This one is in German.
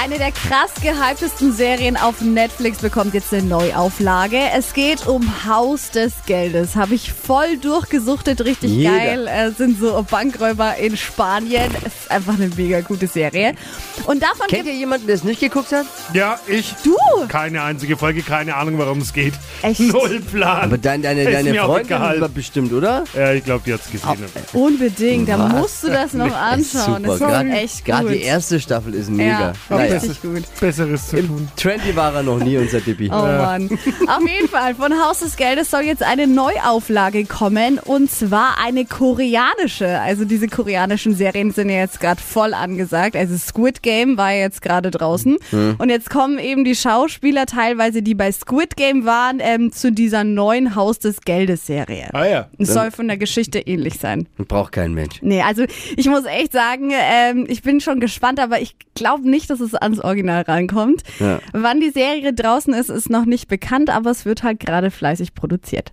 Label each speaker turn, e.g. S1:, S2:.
S1: Eine der krass gehyptesten Serien auf Netflix bekommt jetzt eine Neuauflage. Es geht um Haus des Geldes. Habe ich voll durchgesuchtet, richtig
S2: Jeder.
S1: geil. Äh, sind so Bankräuber in Spanien. Es ist einfach eine mega gute Serie. Und davon
S2: Kennt
S1: gibt
S2: ihr jemanden, der es nicht geguckt hat?
S3: Ja, ich.
S1: du.
S3: Keine einzige Folge, keine Ahnung, warum es geht.
S1: Echt?
S3: Null Plan.
S2: Aber deine, deine,
S3: Ist
S2: deine
S3: mir auch
S2: Freundin
S3: egal.
S2: war bestimmt, oder?
S3: ja, ich glaube, die hat's gesehen.
S1: Unbedingt, da
S2: Was?
S1: musst du das noch
S2: Ist
S1: anschauen.
S2: Super.
S1: Das ist
S2: Gerade-
S1: echt gut.
S2: Gerade die erste Staffel ist
S1: ja,
S2: mega. Naja.
S1: richtig gut.
S3: Besseres zu
S2: Im
S3: tun.
S2: Trendy war er noch nie, unser Dippi.
S1: Oh Mann. Auf jeden Fall, von Haus des Geldes soll jetzt eine Neuauflage kommen und zwar eine koreanische. Also diese koreanischen Serien sind ja jetzt gerade voll angesagt. Also Squid Game war ja jetzt gerade draußen und jetzt kommen eben die Schauspieler teilweise, die bei Squid Game waren, ähm, zu dieser neuen Haus des Geldes Serie.
S3: Ah ja.
S1: Es soll von der Geschichte ähnlich sein.
S2: Braucht kein Mensch.
S1: Nee, also ich muss echt sagen, ähm, ich bin schon gespannt, aber ich glaube nicht, dass es ans Original rankommt.
S2: Ja.
S1: Wann die Serie draußen ist, ist noch nicht bekannt, aber es wird halt gerade fleißig produziert.